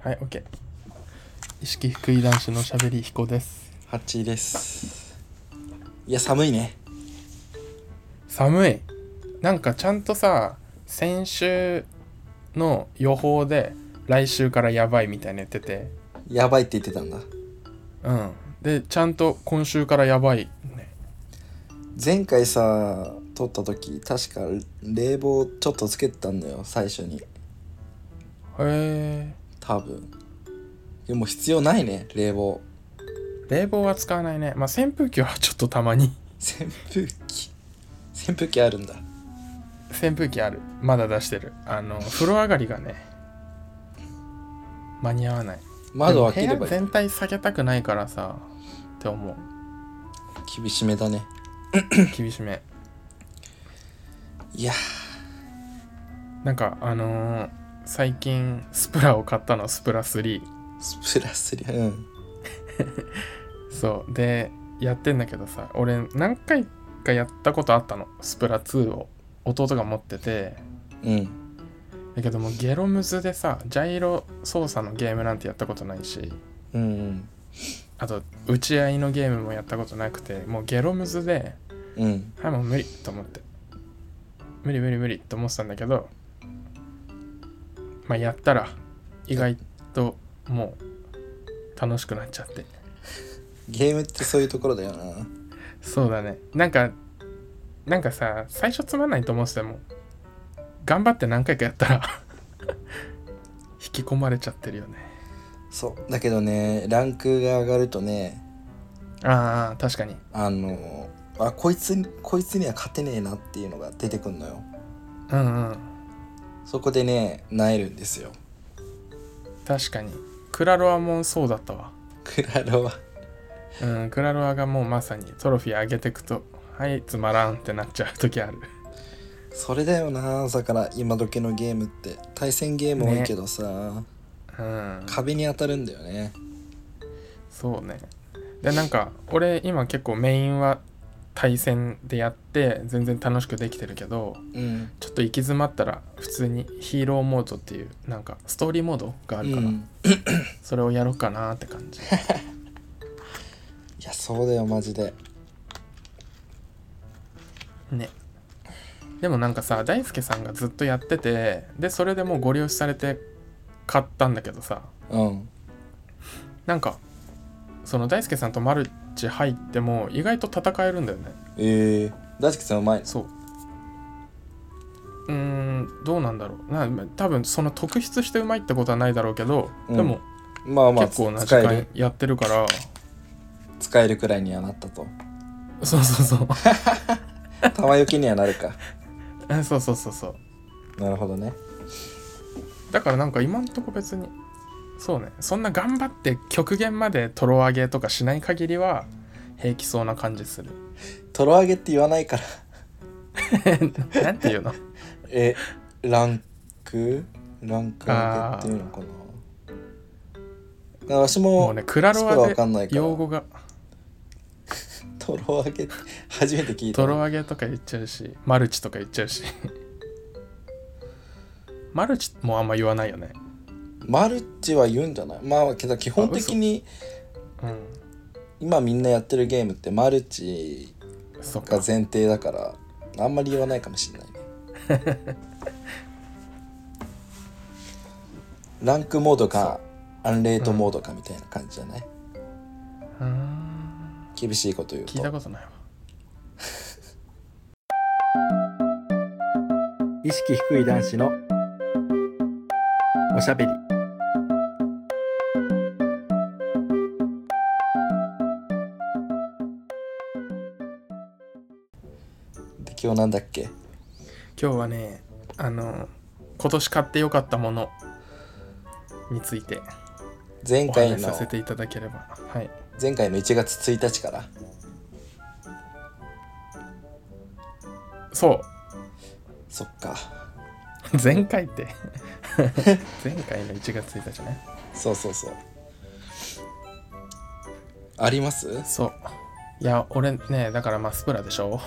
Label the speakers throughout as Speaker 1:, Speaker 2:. Speaker 1: はい、オッケー。意識低い男子のしゃべり彦です。
Speaker 2: ハッチーですいや寒いね
Speaker 1: 寒い。なんかちゃんとさ、先週の予報で来週からやばいみたいな言ってて、
Speaker 2: やばいって言ってたんだ
Speaker 1: うん。で、ちゃんと今週からやばい、ね。
Speaker 2: 前回さ撮った時確か冷房ちょっとつけてたんだよ最初に
Speaker 1: へ
Speaker 2: 多分でも必要ないね冷房
Speaker 1: え。冷房は使わないね。まあ扇風機はちょっとたまに
Speaker 2: 扇風機扇風機あるんだ
Speaker 1: 扇風機ある。まだ出してる。あの風呂上がりがね、間に合わない。
Speaker 2: 窓開ければ
Speaker 1: で
Speaker 2: いい
Speaker 1: も部屋全体下げたくないからさって 思う
Speaker 2: 厳しめだね
Speaker 1: 厳しめ
Speaker 2: いや
Speaker 1: なんかあのー最近スプラを買ったのスプラ3
Speaker 2: スプラスリうん
Speaker 1: そうでやってんだけどさ俺何回かやったことあったのスプラ2を弟が持ってて
Speaker 2: うん
Speaker 1: だけどもうゲロムズでさジャイロ操作のゲームなんてやったことないし
Speaker 2: うんうん
Speaker 1: あと打ち合いのゲームもやったことなくてもうゲロムズで
Speaker 2: うん
Speaker 1: はいもう無理と思って無理無理無理と思ってたんだけどまあやったら意外ともう楽しくなっちゃって
Speaker 2: ゲームってそういうところだよな
Speaker 1: そうだねなんかなんかさ最初つまんないと思ってても頑張って何回かやったら 引き込まれちゃってるよね
Speaker 2: そうだけどねランクが上がるとね
Speaker 1: ああ確かに
Speaker 2: あのあこいつこいつには勝てねえなっていうのが出てくんのよ
Speaker 1: うんうん
Speaker 2: そこでね萎えるんですよ
Speaker 1: 確かにクラロアもそうだったわ
Speaker 2: クラロは
Speaker 1: うんクラロアがもうまさにトロフィー上げてくとはいつまらんってなっちゃう時ある
Speaker 2: それだよなだから今時のゲームって対戦ゲーム多いけどさ、
Speaker 1: うん
Speaker 2: 壁に当たるんだよね
Speaker 1: そうねでなんか俺今結構メインは対戦でやって全然楽しくできてるけど
Speaker 2: うん
Speaker 1: ちょっと行き詰まったら普通にヒーローモードっていうなんかストーリーモードがあ
Speaker 2: う
Speaker 1: るから、
Speaker 2: ん
Speaker 1: それをやろうかなって感じ
Speaker 2: いやそうだよマジで
Speaker 1: ねでもなんかさ大輔さんがずっとやっててでそれでもうご利用しされて買ったんだけどさ
Speaker 2: うん
Speaker 1: なんかその大輔さんとマルチ入っても意外と戦えるんだよね
Speaker 2: ええ大輔さんうまい
Speaker 1: そううーんどうなんだろうなま多分その特筆してうまいってことはないだろうけど、
Speaker 2: うん
Speaker 1: でも
Speaker 2: まあまあ
Speaker 1: 結構な時
Speaker 2: 使え
Speaker 1: 間
Speaker 2: る
Speaker 1: やってるから、
Speaker 2: 使えるくらいにはなったと
Speaker 1: そうそうそう
Speaker 2: 玉よけにはなるか
Speaker 1: うんそうそうそうそう
Speaker 2: なるほどね
Speaker 1: だからなんか今んとこ別にそうねそんな頑張って極限までとろ上げとかしない限りは平気そうな感じする
Speaker 2: とろ揚げって言わないから
Speaker 1: なんていう の
Speaker 2: えランクランク上げっていうのかなだから私
Speaker 1: も
Speaker 2: も
Speaker 1: うねクラ
Speaker 2: ス
Speaker 1: ロ
Speaker 2: コアわ
Speaker 1: ワで
Speaker 2: かんないから
Speaker 1: 用語が
Speaker 2: とろ揚げって初めて聞いた
Speaker 1: 泥揚げとか言っちゃうしマルチとか言っちゃうしマルチもあんま言わないよね
Speaker 2: マルチは言うんじゃないまあけど基本的に
Speaker 1: うん
Speaker 2: 今みんなやってるゲームってマルチ
Speaker 1: そっか
Speaker 2: が前提だからあんまり言わないかもしれ ないねランクモードかアンレートモードかみたいな感じじゃない、
Speaker 1: うーん
Speaker 2: 厳しいこと言う
Speaker 1: 聞いた
Speaker 2: と
Speaker 1: ことないわ
Speaker 2: 意識低い男子のおしゃべりで今日なんだっけ
Speaker 1: 今日はねあの今年買ってよかったものについて
Speaker 2: 前
Speaker 1: お
Speaker 2: 回
Speaker 1: 話し
Speaker 2: の
Speaker 1: させていただければはい
Speaker 2: 前回の1月1日から
Speaker 1: そう
Speaker 2: そっか
Speaker 1: 前回 って前回の1月1日ね
Speaker 2: そうそうそうあります
Speaker 1: そういや俺ねだからまあスプラでしょ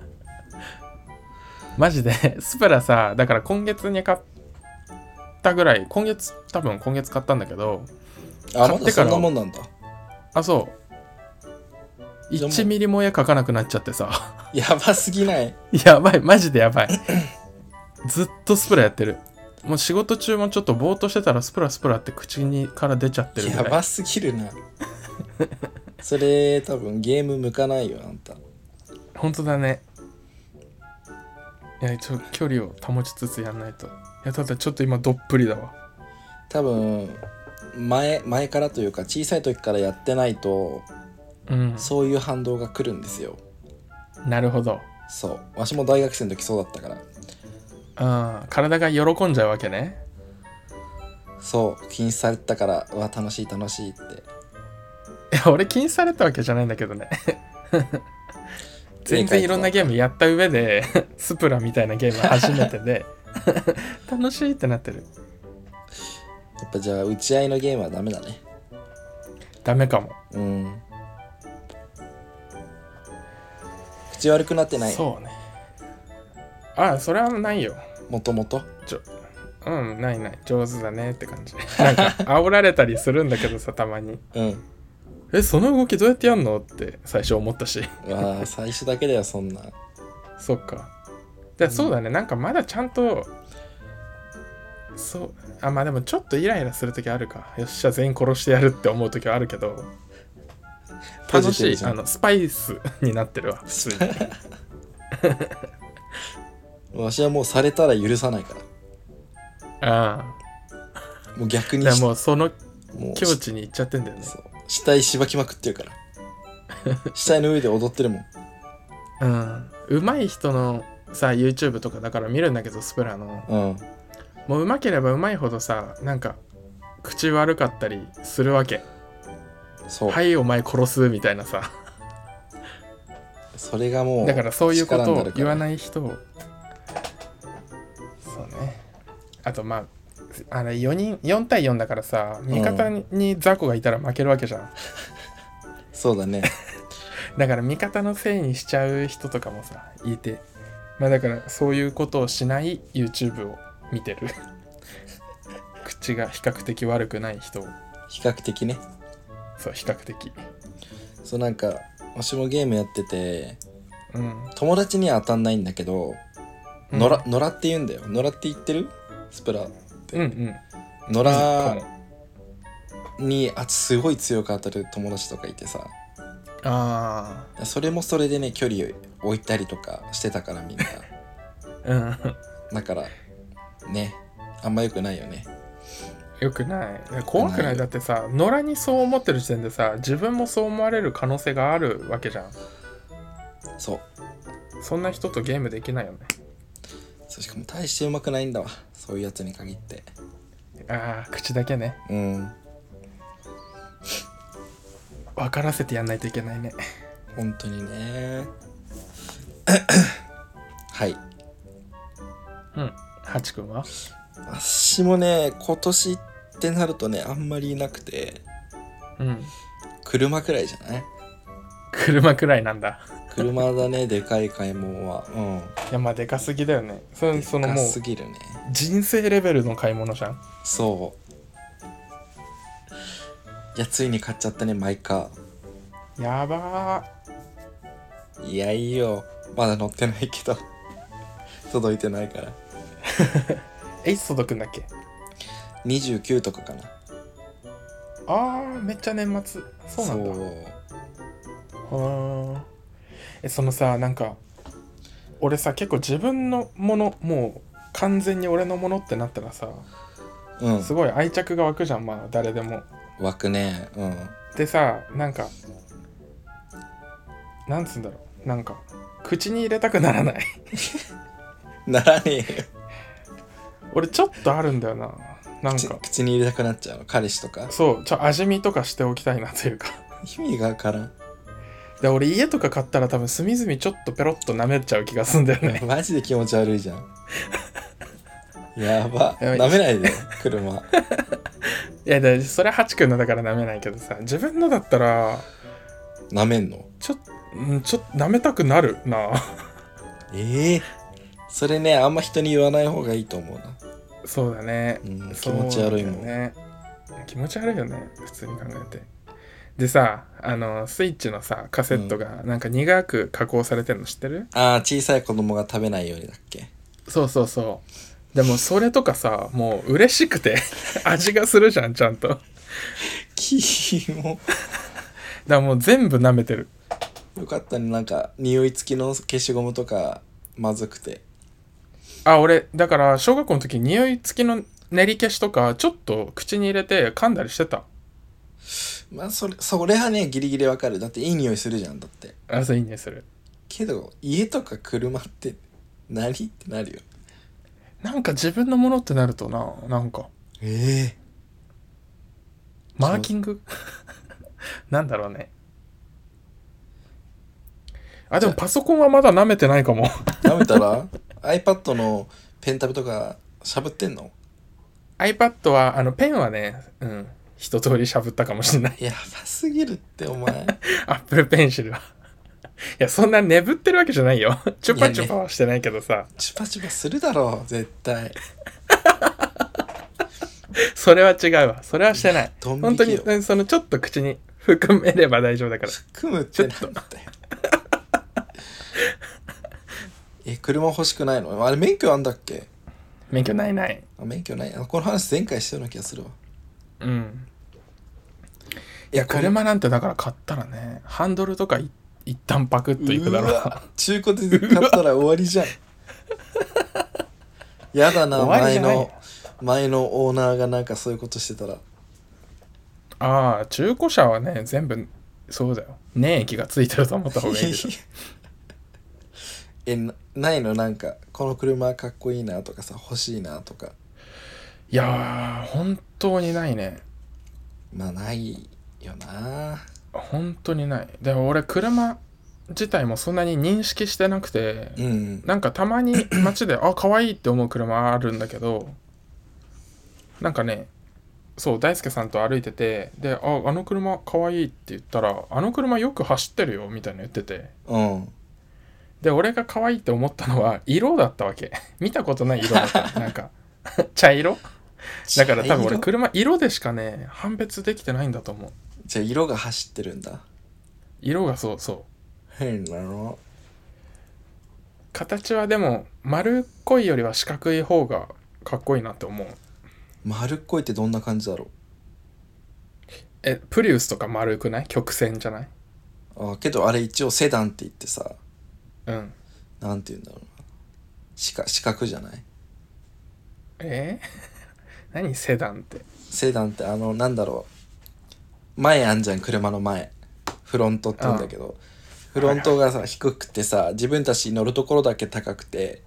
Speaker 1: マジでスプラさだから今月に買っったぐらい今月多分今月買ったんだけど買
Speaker 2: あま
Speaker 1: っ
Speaker 2: だ
Speaker 1: てか
Speaker 2: そ
Speaker 1: ら
Speaker 2: んなもんなんだ
Speaker 1: あそう
Speaker 2: じゃあもう
Speaker 1: 1ミリも絵描かなくなっちゃってさ
Speaker 2: やばすぎない
Speaker 1: やばいマジでやばい ずっとスプラやってるもう仕事中もちょっとぼーっとしてたらスプラスプラって口にから出ちゃってるぐ
Speaker 2: や
Speaker 1: らい
Speaker 2: ばすぎるなそれ多分ゲーム向かないよあんた
Speaker 1: 本当だねいやちょ距離を保ちつつやんないといやただちょっと今どっぷりだわ
Speaker 2: 多分前前からというか小さい時からやってないと
Speaker 1: うん
Speaker 2: そういう反動が来るんですよ
Speaker 1: なるほど
Speaker 2: そうわしも大学生の時そうだったから
Speaker 1: あー体が喜んじゃうわけね
Speaker 2: そう禁止されてたからうわ楽しい楽しいって
Speaker 1: いや俺禁止されたわけじゃないんだけどね全然いろんなゲームやった上でスプラみたいなゲーム初めてで楽しいってなってる
Speaker 2: やっぱじゃあ打ち合いのゲームはダメだね
Speaker 1: ダメかも
Speaker 2: うん口悪くなってない
Speaker 1: そうねああそれはないよ
Speaker 2: もともと
Speaker 1: うんないない上手だねって感じなんか煽られたりするんだけどさたまに
Speaker 2: うん
Speaker 1: えその動きどうやってやんのって最初思ったし
Speaker 2: うわー最初だけだよそんな
Speaker 1: そっか。でそうだね、なんかまだちゃんと、そう、あ、まあでもちょっとイライラするときあるか。よっしゃ、全員殺してやるって思うときはあるけど、
Speaker 2: ポ
Speaker 1: 楽
Speaker 2: ジ
Speaker 1: し
Speaker 2: ティブ
Speaker 1: い、
Speaker 2: じゃ
Speaker 1: あ
Speaker 2: ん
Speaker 1: の、スパイスになってるわ、普通に。
Speaker 2: わしはもうされたら許さないから
Speaker 1: あ
Speaker 2: もう逆
Speaker 1: あ。
Speaker 2: に
Speaker 1: だから
Speaker 2: し
Speaker 1: もうその
Speaker 2: もう
Speaker 1: 境地に行っちゃってんだよね。
Speaker 2: そう死体しばきまくってるから 死体の上で踊ってるもん
Speaker 1: うん。うまい人のさ、YouTube とかだから見るんだけど、スプラの。
Speaker 2: うん
Speaker 1: もう上手ければ上手いほどさ、なんか、口悪かったりするわけ。
Speaker 2: そう、
Speaker 1: はい、お前殺すみたいなさ。
Speaker 2: それがもう
Speaker 1: だからそういうことを言わ
Speaker 2: い
Speaker 1: ない人をそうねあとまああれ4人4対4だからさ味方に雑魚がいたら負けるわけじゃん、
Speaker 2: そうだね
Speaker 1: だから味方のせいにしちゃう人とかもさいてまあだからそういうことをしない YouTube を見てる 口が比較的悪くない人を
Speaker 2: 比較的ね
Speaker 1: そう比較的
Speaker 2: そうなんかわしもゲームやってて
Speaker 1: うん
Speaker 2: 友達には当たんないんだけど
Speaker 1: うん
Speaker 2: 野良、野良って言うんだよ野良って言ってるスプラ
Speaker 1: うんうん
Speaker 2: 野
Speaker 1: か
Speaker 2: 良
Speaker 1: も
Speaker 2: にあすごい強く当たる友達とかいてさ
Speaker 1: あ
Speaker 2: それもそれでね距離を置いたりとかしてたからみ んな
Speaker 1: あうん
Speaker 2: だからねあんま良くないよね
Speaker 1: よくない怖くないだってさ野良にそう思ってる時点でさ自分もそう思われる可能性があるわけじゃん
Speaker 2: そう
Speaker 1: そんな人とゲームできないよね
Speaker 2: そうしかも大してうまくないんだわそういうやつに限って
Speaker 1: あー口だけね
Speaker 2: うん
Speaker 1: 分からせてやんないといけないね
Speaker 2: 本当にね はい
Speaker 1: うんハチ君は
Speaker 2: 私もね今年ってなるとねあんまりいなくて
Speaker 1: うん
Speaker 2: 車くらいじゃない
Speaker 1: 車くらいなんだ
Speaker 2: 車だねでかい買い物はうん
Speaker 1: いやまあでかすぎだよねそれその
Speaker 2: でか
Speaker 1: もう
Speaker 2: すぎるね
Speaker 1: 人生レベルの買い物じゃん
Speaker 2: そういやついに買っちゃったねマイカ
Speaker 1: やば
Speaker 2: ーいやいいよまだ乗ってないけど 届いてないから
Speaker 1: ーえいつ届くんだっけ
Speaker 2: 29とかかな
Speaker 1: あーめっちゃ年末そうなんだはあえそのさなんか俺さ結構自分のものもう完全に俺のものってなったらさ
Speaker 2: そうう
Speaker 1: すごい愛着が湧くじゃんまあ誰でも。
Speaker 2: ん湧くねうん
Speaker 1: でさなんかなんつうんだろうなんか口に入れたくならない
Speaker 2: ならねえよ
Speaker 1: 俺ちょっとあるんだよななん
Speaker 2: 口
Speaker 1: か
Speaker 2: 口に入れたくなっちゃうの彼氏とか
Speaker 1: そうちょ味見とかしておきたいなというか
Speaker 2: 意味がわからん
Speaker 1: で俺家とか買ったら多分隅々ちょっとペロッと舐めちゃう気がすんだよね
Speaker 2: マジで気持ち悪いじゃ んやば
Speaker 1: やばい
Speaker 2: なめないで車
Speaker 1: いやでそれはハチ君のだから舐めないけどさ自分のだったら
Speaker 2: なめんの
Speaker 1: ちょうんちょっと舐めたくなるな
Speaker 2: ええそれねあんま人に言わない方がいいと思うな
Speaker 1: そうだね
Speaker 2: うん、気持ち悪いも、
Speaker 1: そうんだよね気持ち悪いよね普通に考えてでさあのスイッチのさカセットがなんか苦く加工されてるの知ってる、
Speaker 2: ああ小さい子供が食べないようにだっけ
Speaker 1: そうそうそうでもそれとかさもう嬉しくて 味がするじゃんちゃんとだか
Speaker 2: キモ
Speaker 1: らもう全部舐めてる
Speaker 2: よかったねなんか匂い付きの消しゴムとかまずくて
Speaker 1: あ俺だから小学校の時匂い付きの練り消しとかちょっと口に入れて噛んだりしてた
Speaker 2: まあそれそれはねギリギリわかるだっていい匂いするじゃんだって
Speaker 1: あそういいねそれ
Speaker 2: けど家とか車って何ってなるよ
Speaker 1: なんか自分のものってなるとななんか
Speaker 2: ええ
Speaker 1: マーキングなんだろうねあでもパソコンはまだ舐めてないかも
Speaker 2: 舐めたら iPad のペンタブとかしゃぶってんの
Speaker 1: iPad はあのペンはねうん一通りしゃぶったかもしれない
Speaker 2: やばすぎるってお前
Speaker 1: Apple Pencil はいやそんな眠ってるわけじゃないよチュパチュパはしてないけどさ、
Speaker 2: チュパチュパするだろう絶対
Speaker 1: それは違うわそれはしてない
Speaker 2: ドン
Speaker 1: 本
Speaker 2: 引
Speaker 1: 当
Speaker 2: き
Speaker 1: に
Speaker 2: よ
Speaker 1: うんそのちょっと口に 含めれば大丈夫だから
Speaker 2: 組むってなんだよえ車欲しくないのあれ免許あんだっけ
Speaker 1: 免許ないない
Speaker 2: あ免許ないあこの話前回したような気がするわ
Speaker 1: うん
Speaker 2: い
Speaker 1: いや車なんてだから買ったらねハンドルとかい一旦パクッといくだろ
Speaker 2: う
Speaker 1: う
Speaker 2: わ中古で買ったら終わりじゃんやだな
Speaker 1: 終わりじ
Speaker 2: 前
Speaker 1: ゃない
Speaker 2: の前のオーナーがなんかそういうことしてたら
Speaker 1: ああ中古車はね全部そうだよ粘液がついてると思った方がいいでし ょ
Speaker 2: えなないのなんかこの車かっこいいなとかさ欲しいなとか
Speaker 1: いやー本当にないね
Speaker 2: まあないよな
Speaker 1: 本当にないでも俺車自体もそんなに認識してなくて
Speaker 2: うん
Speaker 1: なんかたまに街であ可愛いって思う車あるんだけどなんかねそう大輔さんと歩いててで「ああの車可愛いって言ったら「あの車よく走ってるよ」みたいなの言ってて
Speaker 2: うん
Speaker 1: で俺が可愛いって思ったのは色だったわけ 見たことない色だったなんか茶色だから多分俺
Speaker 2: じゃあ色
Speaker 1: 車色でしかね判別できてないんだと思う
Speaker 2: じゃあ色が走ってるんだ
Speaker 1: 色がそうそう
Speaker 2: 変なの
Speaker 1: 形はでも丸っこいよりは四角い方がかっこいいなって思う
Speaker 2: 丸っこいってどんな感じだろ
Speaker 1: えプリウスとか丸くない曲線じゃないう
Speaker 2: あけどあれ一応セダンって言ってさ
Speaker 1: うん
Speaker 2: なんて言うんだろうな四角四角じゃない
Speaker 1: え ー何セダンって
Speaker 2: セダンってあのなんだろう前あんじゃん車の前フロントって言うんだけどフロントがさ低くてさ自分たち乗るところだけ高くて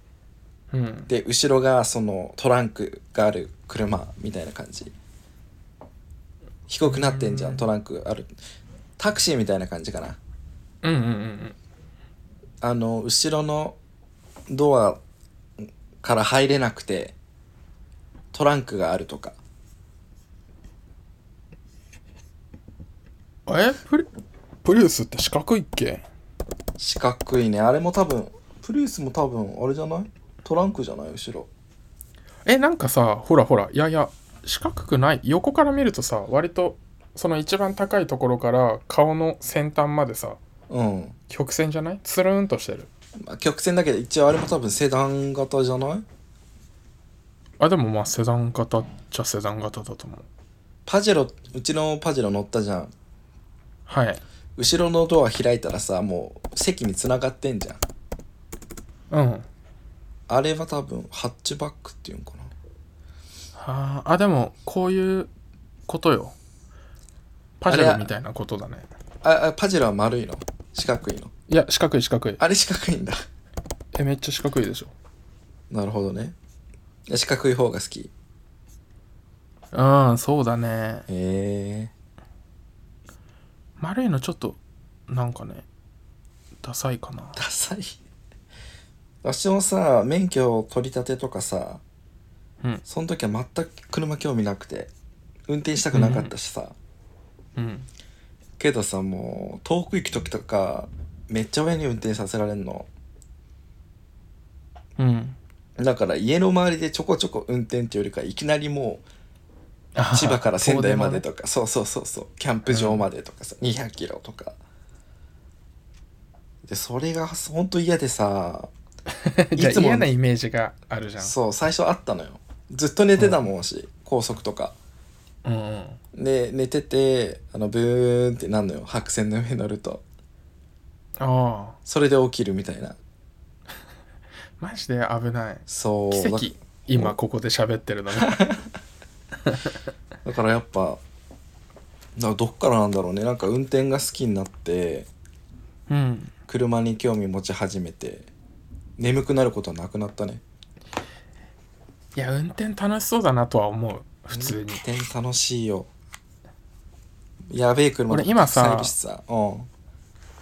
Speaker 1: うん
Speaker 2: で後ろがそのトランクがある車みたいな感じ低くなってんじゃ
Speaker 1: うん
Speaker 2: んトランクあるタクシーみたいな感じかな
Speaker 1: うんうんうんうん
Speaker 2: あの後ろのドアから入れなくてトランクがあるとか
Speaker 1: えプリプリウスって四角いっけ
Speaker 2: 四角いねあれも多分プリウスも多分あれじゃないトランクじゃない後ろ
Speaker 1: えなんかさほらほらいやいや四角くない横から見るとさ割とその一番高いところから顔の先端までさ
Speaker 2: うん、
Speaker 1: 曲線じゃないつるんとしてる
Speaker 2: まあ、曲線だけど一応あれも多分セダン型じゃない
Speaker 1: あでもまあセダン型っちゃセダン型だと思う
Speaker 2: パジェロうちのパジェロ乗ったじゃん
Speaker 1: はい
Speaker 2: 後ろのドア開いたらさもう席に繋がってんじゃん
Speaker 1: うんは
Speaker 2: あれは多分ハッチバックっていうんかな
Speaker 1: ああでもこういうことよパジ
Speaker 2: あれ
Speaker 1: ェロ
Speaker 2: は
Speaker 1: みたいなことだね
Speaker 2: ああパジェロは丸いの四角いの
Speaker 1: いや四角い四角い
Speaker 2: あれ四角いんだ
Speaker 1: えめっちゃ四角いでしょ
Speaker 2: なるほどねいや四角い方が好きへ
Speaker 1: うんそうだね
Speaker 2: え
Speaker 1: 丸いのちょっとなんかねダサいかな
Speaker 2: ダサい私もさ免許を取り立てとかさ、
Speaker 1: うん
Speaker 2: その時は全く車興味なくて運転したくなかったしさ、
Speaker 1: うん
Speaker 2: けどさもう遠く行く時とかめっちゃ親に運転させられんの
Speaker 1: うん
Speaker 2: だから家の周りでちょこちょこ運転っていうよりかいきなりもう千葉から仙台までとかそうそうそうそうキャンプ場までとかさ、200キロとかでそれがほんと嫌でさ
Speaker 1: じゃあ
Speaker 2: いつも
Speaker 1: 嫌なイメージがあるじゃん
Speaker 2: そう最初あったのよずっと寝てたもんし、高速とか
Speaker 1: うんうん
Speaker 2: で寝ててあのブーンってなんのよ白線の上乗ると
Speaker 1: ああ
Speaker 2: それで起きるみたいな
Speaker 1: マジで危ない
Speaker 2: そう
Speaker 1: 奇
Speaker 2: だ
Speaker 1: 跡今ここで喋ってるのね
Speaker 2: だからやっぱだからどっからなんだろうねなんか運転が好きになって
Speaker 1: うん
Speaker 2: 車に興味持ち始めて眠くなることはなくなったね
Speaker 1: いや運転楽しそうだなとは思う普通に
Speaker 2: 運転楽しいよやべえ車
Speaker 1: 俺今さ
Speaker 2: たくんいるしさうん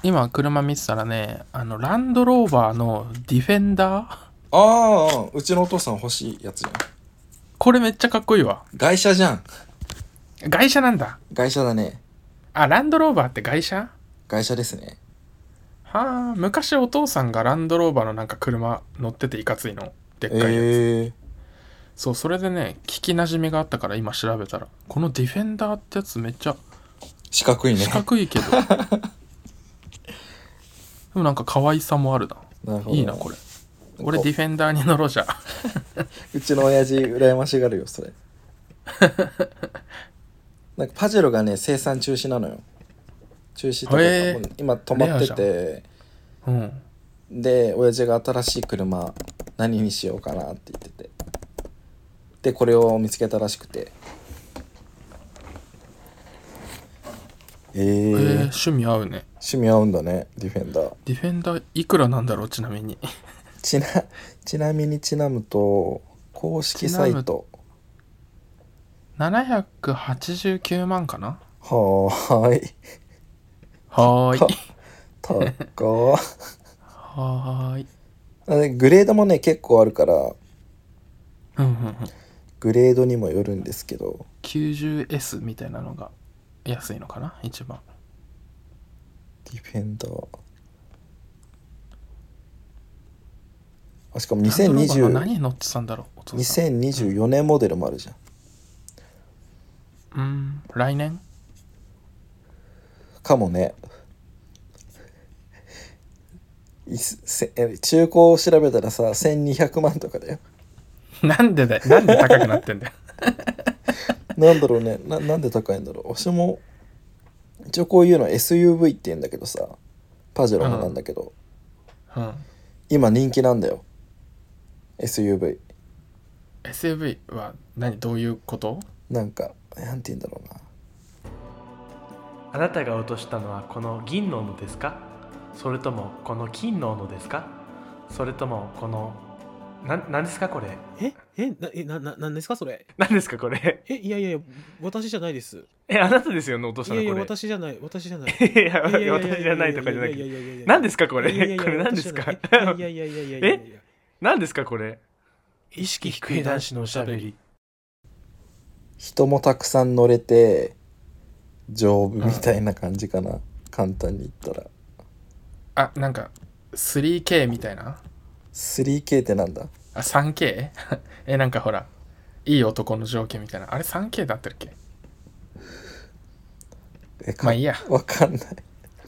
Speaker 1: 今車見てたらねあのランドローバーのディフェンダー
Speaker 2: ああうちのお父さん欲しいやつじゃん
Speaker 1: これめっちゃかっこいいわ
Speaker 2: 外車じゃん
Speaker 1: 外車なんだ
Speaker 2: 外車だね
Speaker 1: あランドローバーって外車
Speaker 2: 外車ですね
Speaker 1: はあ昔お父さんがランドローバーのなんか車乗ってていかついのでっかいやつ、
Speaker 2: ええ
Speaker 1: そうそれでね聞きなじみがあったから今調べたらこのディフェンダーってやつめっちゃ
Speaker 2: 四角いね
Speaker 1: 四角いけどでもなんか可愛さもあるな
Speaker 2: なるほど
Speaker 1: いいなこれ
Speaker 2: んか
Speaker 1: 俺ディフェンダーに乗ろうじゃあ
Speaker 2: うちの親父羨ましがる よそれなんかパジェロがね生産中止なのよ中止とか、
Speaker 1: へー
Speaker 2: もう今止まってて
Speaker 1: うん
Speaker 2: で親父が新しい車何にしようかなって言っててでこれを見つけたらしくてえ
Speaker 1: え
Speaker 2: ー
Speaker 1: ー、趣味合うね
Speaker 2: 趣味合うんだねディフェンダー
Speaker 1: ディフェンダーいくらなんだろうちなみに
Speaker 2: ちなちなみにちなむと公式サイ
Speaker 1: ちな
Speaker 2: ト
Speaker 1: 789万かな
Speaker 2: はーい
Speaker 1: はーい
Speaker 2: 高っ
Speaker 1: はーい
Speaker 2: あれグレードもね結構あるから
Speaker 1: うんうんうん
Speaker 2: グレードにもよるんですけど
Speaker 1: 90S みたいなのが安いのかな一番
Speaker 2: ディフェンダーあしかも2020
Speaker 1: 何乗ってたんだろうお父さん
Speaker 2: 2024年モデルもあるじゃん
Speaker 1: うん来年
Speaker 2: かもねいすせえ中古を調べたらさ1200万とかだよ
Speaker 1: なんでだよなんで高くなってんだよ
Speaker 2: なんだろうねななんで高いんだろう私も一応こういうの SUV って言うんだけどさパジェロもなんだけど、
Speaker 1: うん
Speaker 2: 今人気なんだよ SUV
Speaker 1: SUV は何どういうこと
Speaker 2: なんかなんて言うんだろうな
Speaker 3: あなたが落としたのはこの銀の斧ですかそれともこの金の斧ですかそれともこのななんですかこれ
Speaker 4: ええな、え、な、な、なんですかそれ。
Speaker 3: なんですかこれ
Speaker 4: え、いやいやいや、私じゃないです。
Speaker 3: えあなたですよね落とし
Speaker 4: い
Speaker 3: た
Speaker 4: や
Speaker 3: の
Speaker 4: いや、
Speaker 3: これ
Speaker 4: 私じゃない、私じゃない。
Speaker 3: いや
Speaker 4: いやいやい
Speaker 3: いや
Speaker 4: や
Speaker 3: 私じゃないとかじゃなく
Speaker 4: いや
Speaker 3: て
Speaker 4: いやいやいや
Speaker 3: 何ですかこ
Speaker 4: いやいや
Speaker 3: れ
Speaker 4: いや
Speaker 3: これ何ですか
Speaker 4: 私じゃないいやいやいやいやいやいやいや。
Speaker 3: 何ですかこれ意
Speaker 4: 識低い男子のおしゃべ
Speaker 3: り
Speaker 2: 人もたくさん乗れて丈夫みたいな感じかな、簡単に言ったら
Speaker 1: あなんか 3K みたいな
Speaker 2: 3K ってなんだ
Speaker 1: あ 3K? えなんかほらいい男の条件みたいなあれ 3K だったっけ
Speaker 2: えか
Speaker 1: まあいいや
Speaker 2: わかんない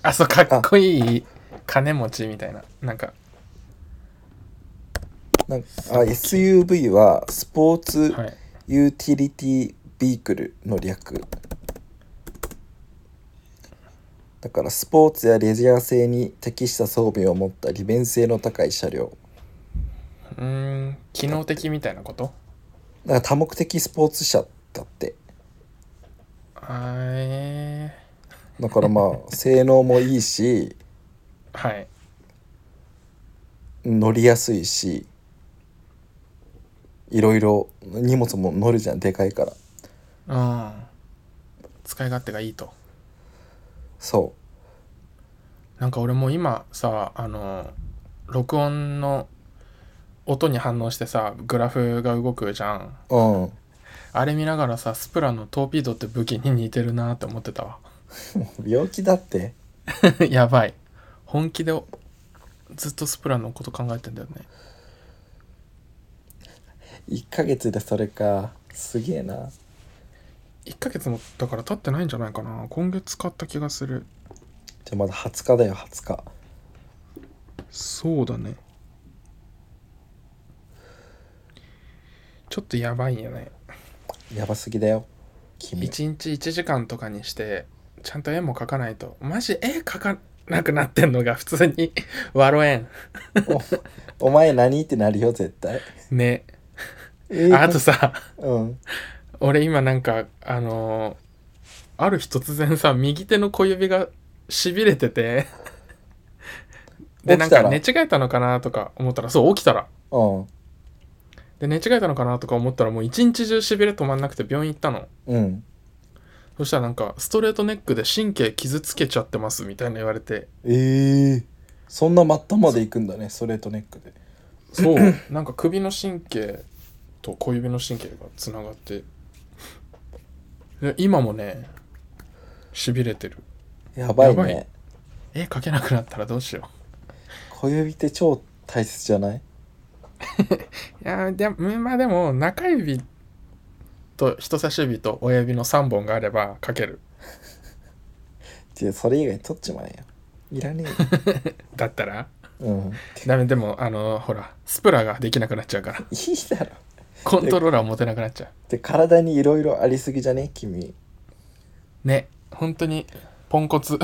Speaker 1: あそうかっこいい金持ちみたいななんか
Speaker 2: なんかあ SUV はスポーツ
Speaker 1: はい
Speaker 2: ユーティリティビークルの略だからスポーツやレジャー性に適した装備を持った利便性の高い車両
Speaker 1: うーん機能的みたいなこと
Speaker 2: だから多目的スポーツ車だって
Speaker 1: あえ
Speaker 2: だからまあ性能もいいし
Speaker 1: ー、はい
Speaker 2: 乗りやすいしいろいろ荷物も乗るじゃんでかいから
Speaker 1: うん使い勝手がいいと
Speaker 2: そ
Speaker 1: なんか俺もう今さあの録音の音に反応してさグラフが動くじゃん
Speaker 2: ううん
Speaker 1: あれ見ながらさスプラのトーピードって武器に似てるなって思ってたわ
Speaker 2: 病気だって
Speaker 1: やばい本気でずっとスプラのこと考えてんだよね
Speaker 2: 1ヶ月でそれかすげえな
Speaker 1: 1ヶ月もだから経ってないんじゃないかな今月買った気がする
Speaker 2: じゃあまだ20日だよ20日
Speaker 1: そうだねちょっとやばいよね
Speaker 2: やばすぎだよ君
Speaker 1: 1日1時間とかにしてちゃんと絵も描かないとマジ絵描かなくなってんのが普通に 笑えん
Speaker 2: お前何ってなるよ絶対
Speaker 1: ね
Speaker 2: えー
Speaker 1: あとさ
Speaker 2: うん
Speaker 1: 俺今なんかあのーある日突然さ右手の小指がしびれててでなん
Speaker 2: 起き
Speaker 1: か
Speaker 2: た
Speaker 1: ら寝違えたのかなとか思ったらそう起きたら
Speaker 2: うん
Speaker 1: で寝違えたのかなとか思ったらもう一日中しびれ止まんなくて病院行ったの
Speaker 2: うん
Speaker 1: そしたらなんかストレートネックで神経傷つけちゃってますみたいな言われて
Speaker 2: ええそんな末端まで行くんだねストレートネックで
Speaker 1: そう なんか首の神経と小指の神経がつながってで今もねしびれてる
Speaker 2: やばい
Speaker 1: やば
Speaker 2: ね
Speaker 1: い絵描けなくなったらどうしよう
Speaker 2: 小指って超大切じゃない
Speaker 1: いやーでもまあでも中指と人差し指と親指の3本があれば書ける
Speaker 2: じゃあそれ以外取っちまえよいらね
Speaker 1: だったら
Speaker 2: えようん
Speaker 1: ダメでもあのーほらスプラができなくなっちゃうから
Speaker 2: いいだろ
Speaker 1: コントローラー持てなくなっちゃ
Speaker 2: で体にいろいろありすぎじゃね君
Speaker 1: うね本当にポンコツ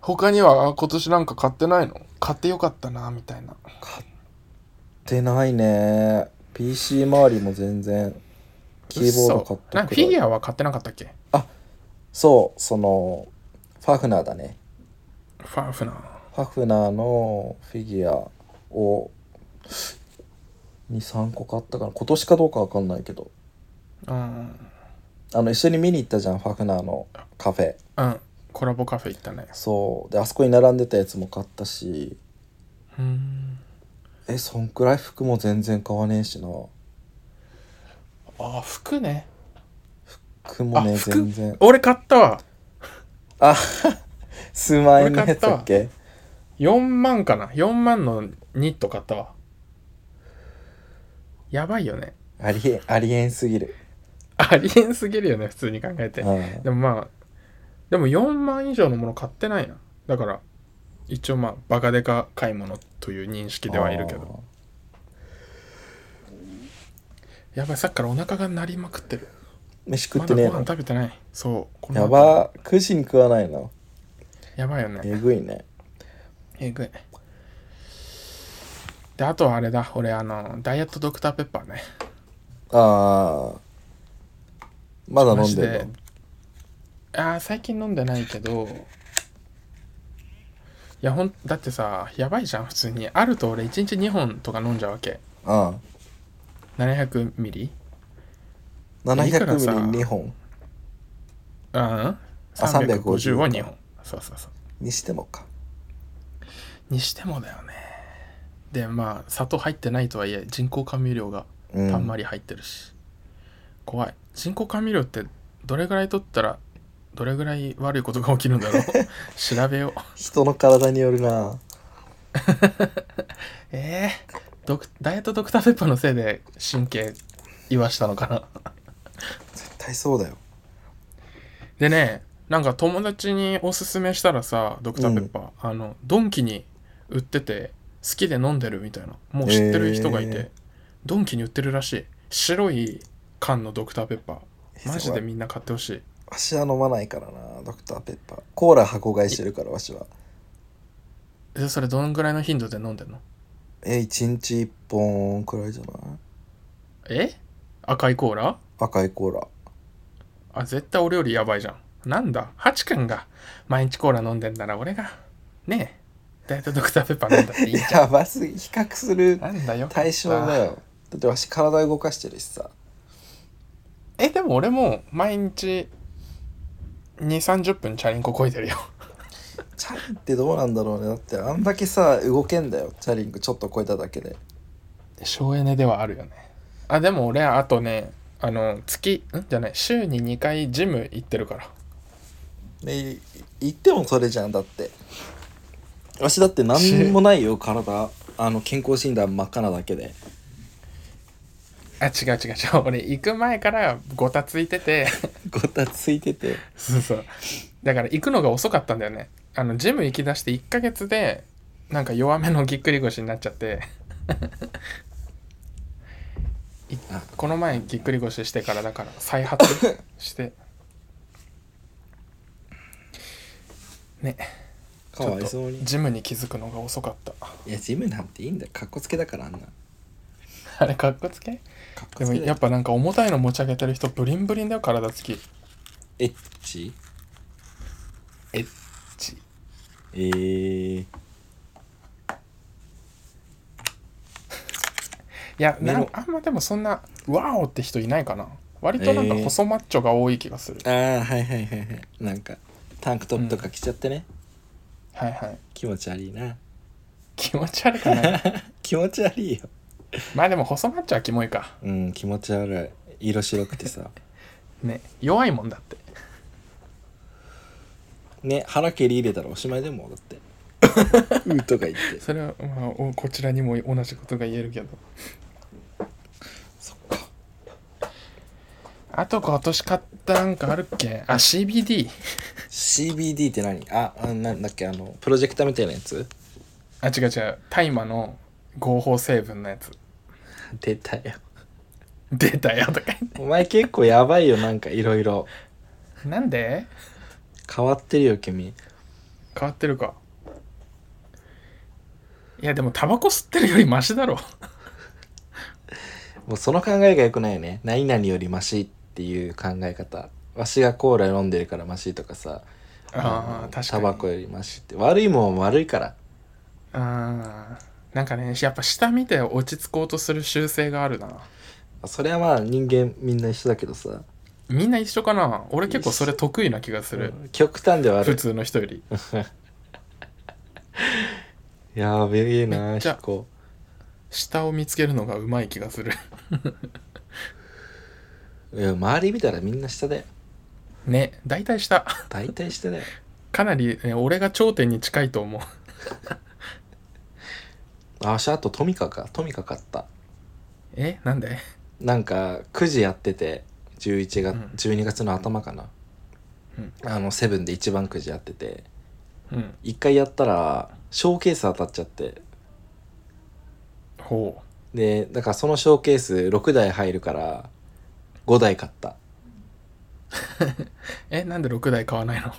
Speaker 1: 他にはあ今年なんか買ってないの買ってよかったなみたいな
Speaker 2: ってないね PC 周りも全然キーボード買っ
Speaker 1: 嘘なん
Speaker 2: た
Speaker 1: か
Speaker 2: く
Speaker 1: フィギ
Speaker 2: らい
Speaker 1: ュアは買ってなかったっけ
Speaker 2: そうそのファフナーだね
Speaker 1: ファーフナー
Speaker 2: ファフナーのフィギュアを23個買ったかな今年かどうかわかんないけど
Speaker 1: うん
Speaker 2: あの一緒に見に行ったじゃんファフナーのカフェ
Speaker 1: うんコラボカフェ行ったね
Speaker 2: そうであそこに並んでたやつも買ったし
Speaker 1: うん
Speaker 2: えそんくらい服も全然買わねえしな
Speaker 1: あ服ね
Speaker 2: 服もね
Speaker 1: あ服
Speaker 2: 全然
Speaker 1: 俺買ったわ
Speaker 2: あ数万円のやつ
Speaker 1: 俺
Speaker 2: だ
Speaker 1: 買
Speaker 2: っ
Speaker 1: っ
Speaker 2: け
Speaker 1: 4万かな4万のニット買ったわやばいよね
Speaker 2: ありえありえんすぎる、
Speaker 1: ありえんすぎるよね普通に考えて
Speaker 2: うん、
Speaker 1: でもまあでも4万以上のもの買ってないなだから一応まあバカデカ買い物という認識ではいるけどやばいさっきからお腹が鳴りまくってる
Speaker 2: あー飯食
Speaker 1: ま
Speaker 2: って
Speaker 1: だ
Speaker 2: ね
Speaker 1: ご飯
Speaker 2: えの
Speaker 1: 食べてないそうこの
Speaker 2: や
Speaker 1: 後
Speaker 2: ば9時に食わないの
Speaker 1: やばいよね
Speaker 2: えぐいね
Speaker 1: えぐいであとはあれだ俺あのダイエットドクターペッパーね
Speaker 2: ああまだ飲んで
Speaker 1: マ
Speaker 2: る
Speaker 1: ジあー最近飲んでないけどいやほんだってさやばいじゃん普通にあると俺1日2本とか飲んじゃうわけ
Speaker 2: の
Speaker 1: 700ミリ
Speaker 2: うん
Speaker 1: いく
Speaker 2: 700
Speaker 1: らさ
Speaker 2: ミリ2本
Speaker 1: うん
Speaker 2: 350
Speaker 1: 350を
Speaker 2: か
Speaker 1: 2本そうそうそう
Speaker 2: にしてもか
Speaker 1: にしてもだよねでまあ砂糖入ってないとはいえ人工甘味料が
Speaker 2: う
Speaker 1: たんま
Speaker 2: ん
Speaker 1: り入ってるし、怖い人工甘味料ってどれぐらい取ったらどれぐらい悪いことが起きるん だろう調べよう
Speaker 2: 人の体によるな
Speaker 1: ええドクダイエットドクターペッパーのせいで神経言わしたのかな
Speaker 2: 絶対そうだよ
Speaker 1: でねなんか友達におすすめしたらさドクターペッパー、あのドンキに売ってて好きで飲んでるみたいなもう知ってる人がいて、
Speaker 2: えー
Speaker 1: ドンキに売ってるらしい白い缶のドクターペッパーマジでみんな買ってほしい
Speaker 2: わしは飲まないからなドクターペッパーコーラ箱買いしてるからわしは
Speaker 1: でそれどんぐらいの頻度で飲んでんの
Speaker 2: え1日1本くらいじゃない
Speaker 1: え赤いコーラ
Speaker 2: 赤いコーラ
Speaker 1: あ絶対俺よりやばいじゃんなんだハチ君が毎日コーラ飲んでんなら俺がねえダイエットドクターペッパー飲んだっていいじゃ
Speaker 2: やばすぎ比較する
Speaker 1: んなんだよ
Speaker 2: 対象だよだってわし体動かしてるしさ
Speaker 1: えでも俺も毎日2三3 0分チャリンコこいでるよ
Speaker 2: チャリンってどうなんだろうねだってあんだけさ動けんだよチャリングちょっと超えただけで
Speaker 1: 省エネではあるよねあでも俺あとねあの月んじゃない週に2回ジム行ってるから
Speaker 2: でい行ってもそれじゃんだってわしだって何も ないよ体あの健康診断真っ赤なだけで
Speaker 1: あ違う違う違う俺行く前からごたついて て
Speaker 2: ごたついてて
Speaker 1: そうそうだから行くのが遅かったんだよねあのジム行きだして1ヶ月でなんか弱めのぎっくり腰になっちゃってい
Speaker 2: あ
Speaker 1: この前ぎっくり腰してからだから再発 してね
Speaker 2: かわいそうに
Speaker 1: ジムに気づくのが遅かった
Speaker 2: いやジムなんていいんだよかっこつけだからあんな
Speaker 1: あれかっこつけ
Speaker 2: かっこ
Speaker 1: で
Speaker 2: つ
Speaker 1: も
Speaker 2: けだ
Speaker 1: やっ
Speaker 2: よ
Speaker 1: ぱなんか重たいの持ち上げてる人ブリンブリンだよ体つき
Speaker 2: エッチ
Speaker 1: エッチ
Speaker 2: えー、
Speaker 1: いや
Speaker 2: メロ
Speaker 1: なんあんまでもそんなワオって人いないかな割となんか
Speaker 2: えー
Speaker 1: 細マッチョが多い気がする、
Speaker 2: ああはいはいはいはいなんかタンクトップとか着ちゃってね、
Speaker 1: はい はい
Speaker 2: 気持ち悪いな
Speaker 1: 気持ち悪くない
Speaker 2: 気持ち悪いよ
Speaker 1: まあでも細マッチョはキモいか
Speaker 2: うん気持ち悪い色白くてさ
Speaker 1: ね弱いもんだって
Speaker 2: ね腹蹴り入れたらおしまいでもだって うーとか言って
Speaker 1: それは、まあお、こちらにも同じことが言えるけど
Speaker 2: そっか
Speaker 1: あと今年買ったなんかあるっけあ CBD
Speaker 2: CBD って何ああなんだっけあのプロジェクターみたいなやつ
Speaker 1: あ違う違う大麻の合法成分のやつ
Speaker 2: 出たよ
Speaker 1: 出たよとか言っ
Speaker 2: お前結構やばいよなんかいろいろ
Speaker 1: てなんで
Speaker 2: 変わってるよ君
Speaker 1: 変わってるかいやでもタバコ吸ってるよりマシだろ
Speaker 2: もうその考えが良くないよね何々よりマシっていう考え方わしがコーラ飲んでるからマシとかさ
Speaker 1: ああ確かに
Speaker 2: タバコよりマシって悪いもんは悪いから
Speaker 1: あーなんかねやっぱ下見て落ち着こうとする習性があるな
Speaker 2: それはまあ人間みんな一緒だけどさ
Speaker 1: みんな一緒かな俺結構それ得意な気がする、
Speaker 2: 極端ではあ
Speaker 1: 普
Speaker 2: る
Speaker 1: 通の人より
Speaker 2: やべえ
Speaker 1: め
Speaker 2: な
Speaker 1: っちゃ
Speaker 2: 彦
Speaker 1: 下を見つけるのがうまい気がする
Speaker 2: いや周り見たらみんな下だよ
Speaker 1: ね大体下
Speaker 2: 大体下だよ
Speaker 1: かなり、ね、俺が頂点に近いと思う
Speaker 2: あしあとトミカかトミカ買った
Speaker 1: えなんで
Speaker 2: なんかくじやってて11月、
Speaker 1: うん
Speaker 2: 12月の頭かな、
Speaker 1: うん
Speaker 2: あのセブンで一番くじやってて
Speaker 1: うん
Speaker 2: 一回やったらショーケース当たっちゃって
Speaker 1: ほ
Speaker 2: でだからそのショーケース6台入るから5台買った
Speaker 1: うえなんで6台買わないの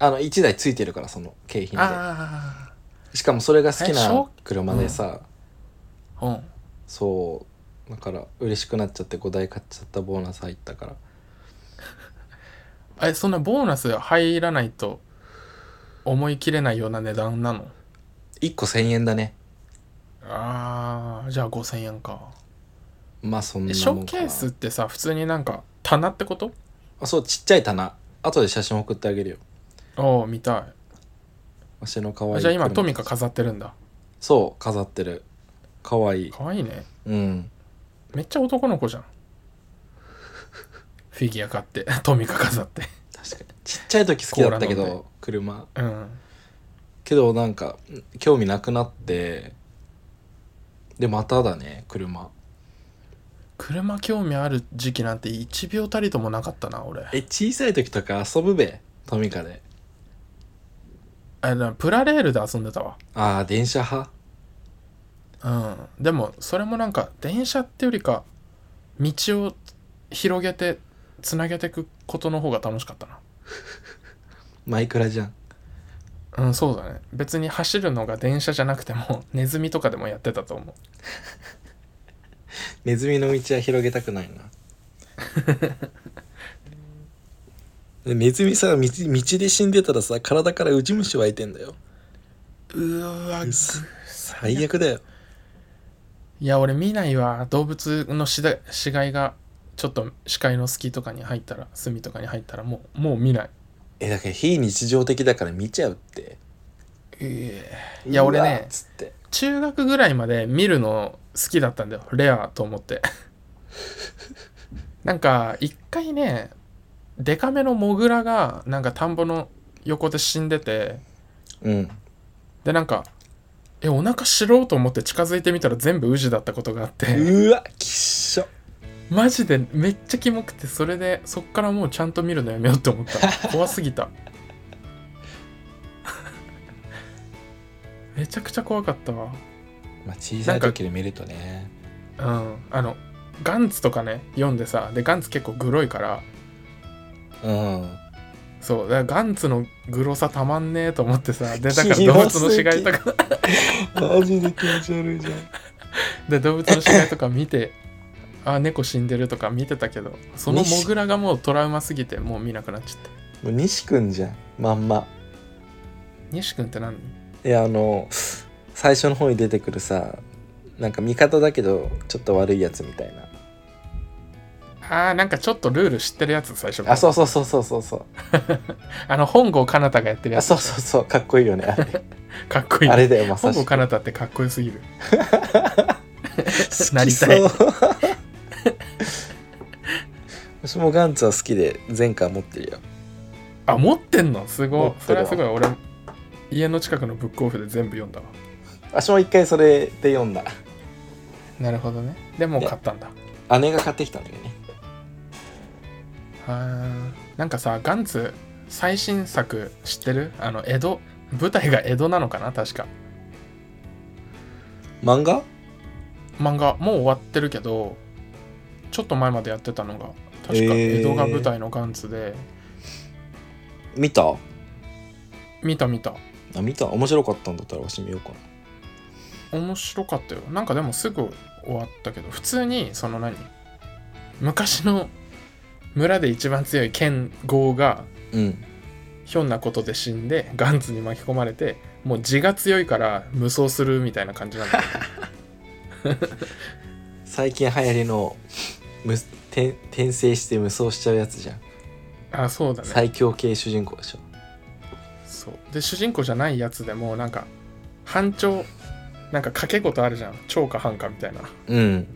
Speaker 2: あの1台ついてるからその景品で
Speaker 1: あ
Speaker 2: しかもそれが好き
Speaker 1: えショ
Speaker 2: な
Speaker 1: ー
Speaker 2: 車でさ、
Speaker 1: あうん
Speaker 2: そうだから嬉しくなっちゃって5台買っちゃったボーナス入ったから
Speaker 1: えそんなボーナス入らないと思い切れないような値段なの
Speaker 2: 1個1000円だね
Speaker 1: あーじゃあ5000円か
Speaker 2: まあそん
Speaker 1: え
Speaker 2: な
Speaker 1: シ
Speaker 2: も
Speaker 1: ョー
Speaker 2: んか
Speaker 1: ケー
Speaker 2: な
Speaker 1: スってさ普通になんか棚ってこと
Speaker 2: あそうちっちゃい棚後で写真送ってあげるよ
Speaker 1: ああ見たい
Speaker 2: わしの可
Speaker 1: あ
Speaker 2: 愛い
Speaker 1: じゃあ今
Speaker 2: 車
Speaker 1: トミカ飾ってるんだ
Speaker 2: そう飾ってる可愛い
Speaker 1: かわいいね
Speaker 2: うん
Speaker 1: めっちゃ男の子じゃん フィギュア買って トミカ飾って
Speaker 2: 確かにちっちゃい時好きだったけ
Speaker 1: コーラ飲ん
Speaker 2: ど車
Speaker 1: うん
Speaker 2: けどなんか興味なくなってでまただね車
Speaker 1: 車興味ある時期なんて1秒たりともなかったな俺
Speaker 2: え小さい時とか遊ぶべトミカで
Speaker 1: あなプラレールで遊んでたわ
Speaker 2: ああ電車派
Speaker 1: うんでもそれもなんか電車ってよりか道を広げてつなげていくことの方が楽しかったな
Speaker 2: マイクラじゃん
Speaker 1: うんそうだね別に走るのが電車じゃなくても ネズミとかでもやってたと思う
Speaker 2: ネズミの道は広げたくないな でネズミさ道道で死んでたらさ体からウジ虫湧いてんだよ
Speaker 1: うわ
Speaker 2: うっす最悪だよ
Speaker 1: いや俺見ないわ動物の死だ死骸がちょっと視界の隙とかに入ったら隅とかに入ったらもうもう見ない
Speaker 2: えだから非日常的だから見ちゃうって
Speaker 1: いや
Speaker 2: うわ
Speaker 1: 俺ね
Speaker 2: つって
Speaker 1: 中学ぐらいまで見るの好きだったんだよレアと思って なんか一回ねデカめのモグラがなんか田んぼの横で死んでて
Speaker 2: うん
Speaker 1: でなんかえお腹知ろうと思って近づいてみたら全部ウジだったことがあって
Speaker 2: うわきっしょ
Speaker 1: マジでめっちゃキモくてそれでそっからもうちゃんと見るのやめようと思った怖すぎた めちゃくちゃ怖かったわ
Speaker 2: まあ小さい時で見るとね
Speaker 1: うんあのガンツとかね読んでさでガンツ結構グロいから
Speaker 2: うん
Speaker 1: そうだからガンツのグロさたまんねえと思ってさでだ から動物の死骸とか
Speaker 2: マジで気持ち悪いじゃん
Speaker 1: で動物の死骸とか見てあ猫死んでるとか見てたけどそのモグラがもうトラウマすぎてもう見なくなっちゃった
Speaker 2: もう西くんじゃんまんま
Speaker 1: 西君って何
Speaker 2: いやあの最初の方に出てくるさなんか味方だけどちょっと悪いやつみたいな
Speaker 1: あーなんかちょっとルール知ってるやつ最初
Speaker 2: あそううそうそうそうそうそう
Speaker 1: あの本郷奏太がやってるや
Speaker 2: あ
Speaker 1: つ
Speaker 2: そうそうそうかっこいいよね あれ
Speaker 1: かっこいい
Speaker 2: あれだよまさ
Speaker 1: 本
Speaker 2: し
Speaker 1: 郷
Speaker 2: く
Speaker 1: 奏太ってかっこよすぎる
Speaker 2: 好
Speaker 1: なり
Speaker 2: きそ
Speaker 1: たいう
Speaker 2: 私もガンツは好きで前回持ってるよ
Speaker 1: あ持ってんのす
Speaker 2: 持
Speaker 1: ご
Speaker 2: っ
Speaker 1: い
Speaker 2: て
Speaker 1: それ
Speaker 2: るわ
Speaker 1: はすごい俺家の近くのブックオフで全部読んだわ
Speaker 2: 私も一回それで読んだ
Speaker 1: なるほどねでもう買ったんだ
Speaker 2: 姉が買ってきたんだよね
Speaker 1: あーなんかさガンツ最新作知ってるあの江戸舞台が江戸なのかな確か
Speaker 2: 漫画
Speaker 1: 漫画もう終わってるけどちょっと前までやってたのが確か
Speaker 2: えー
Speaker 1: 江戸が舞台のガンツで、
Speaker 2: 見た
Speaker 1: 見た見た
Speaker 2: あ見た面白かったんだったら私見ようかな
Speaker 1: 面白かったよなんかでもすぐ終わったけど普通にその何昔の村で一番強い剣豪が
Speaker 2: うん
Speaker 1: ひょんなことで死んでガンツに巻き込まれてもう地が強いから無双するみたいな感じなんだよ
Speaker 2: 最近流行りのむ転転生して無双しちゃうやつじゃん
Speaker 1: あそうだね
Speaker 2: 最強系主人公でしょ
Speaker 1: そうで主人公じゃないやつでもなんか半長なんか掛け事あるじゃん超か半かみたいな
Speaker 2: うん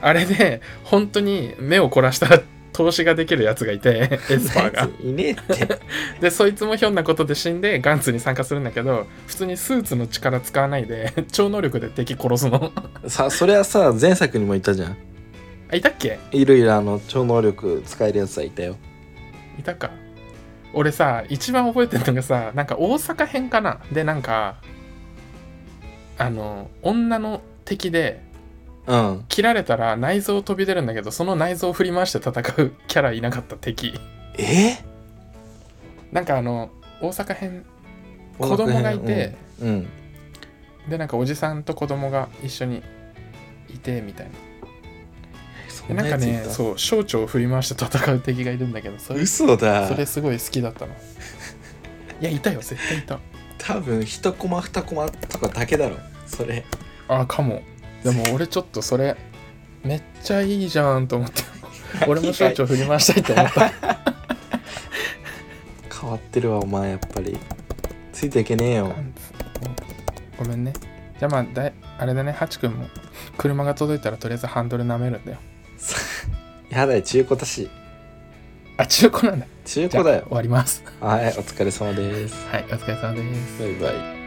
Speaker 1: あれで本当に目を凝らしたら投資ができるやつがいてエスパーが
Speaker 2: そいついねえって
Speaker 1: でそいつもひょんなことで死んでガンツに参加するんだけど普通にスーツの力使わないで超能力で敵殺すの
Speaker 2: さそれはさ前作にもいたじゃん
Speaker 1: あいたっけ
Speaker 2: いろいろあの超能力使えるやつはいたよ
Speaker 1: いたか俺さ一番覚えてるのがさなんか大阪編かなでなんかあの女の敵で
Speaker 2: うん
Speaker 1: 切られたら内臓飛び出るんだけどその内臓を振り回して戦うキャラいなかった敵
Speaker 2: え
Speaker 1: なんかあの大阪編子供がいて、
Speaker 2: うんうん
Speaker 1: でなんかおじさんと子供が一緒にいてみたいな
Speaker 2: そ
Speaker 1: で
Speaker 2: ん
Speaker 1: な
Speaker 2: なんや
Speaker 1: か
Speaker 2: つい
Speaker 1: ね
Speaker 2: た
Speaker 1: そう省庁を振り回して戦う敵がいるんだけどそれそ
Speaker 2: 嘘だ
Speaker 1: れすごい好きだったのいやいたよ絶対いた
Speaker 2: 多分一コマ二コマとかだけだろそれ
Speaker 1: あかもで も俺ちょっとそれめっちゃいいじゃんと思って 俺も省庁振り回したいと思った
Speaker 2: 変わってるわお前やっぱりついていけねえよ
Speaker 1: ごめんねじゃあまあだいあれだねハチ君も車が届いたらとりあえずハンドル舐めるんだよ
Speaker 2: やだよ中古だし
Speaker 1: あ中古なんだ
Speaker 2: 中
Speaker 1: じゃあ
Speaker 2: 古だよ
Speaker 1: 終わります
Speaker 2: はいお疲れ様です
Speaker 1: はいお疲れ様です
Speaker 2: バイバイ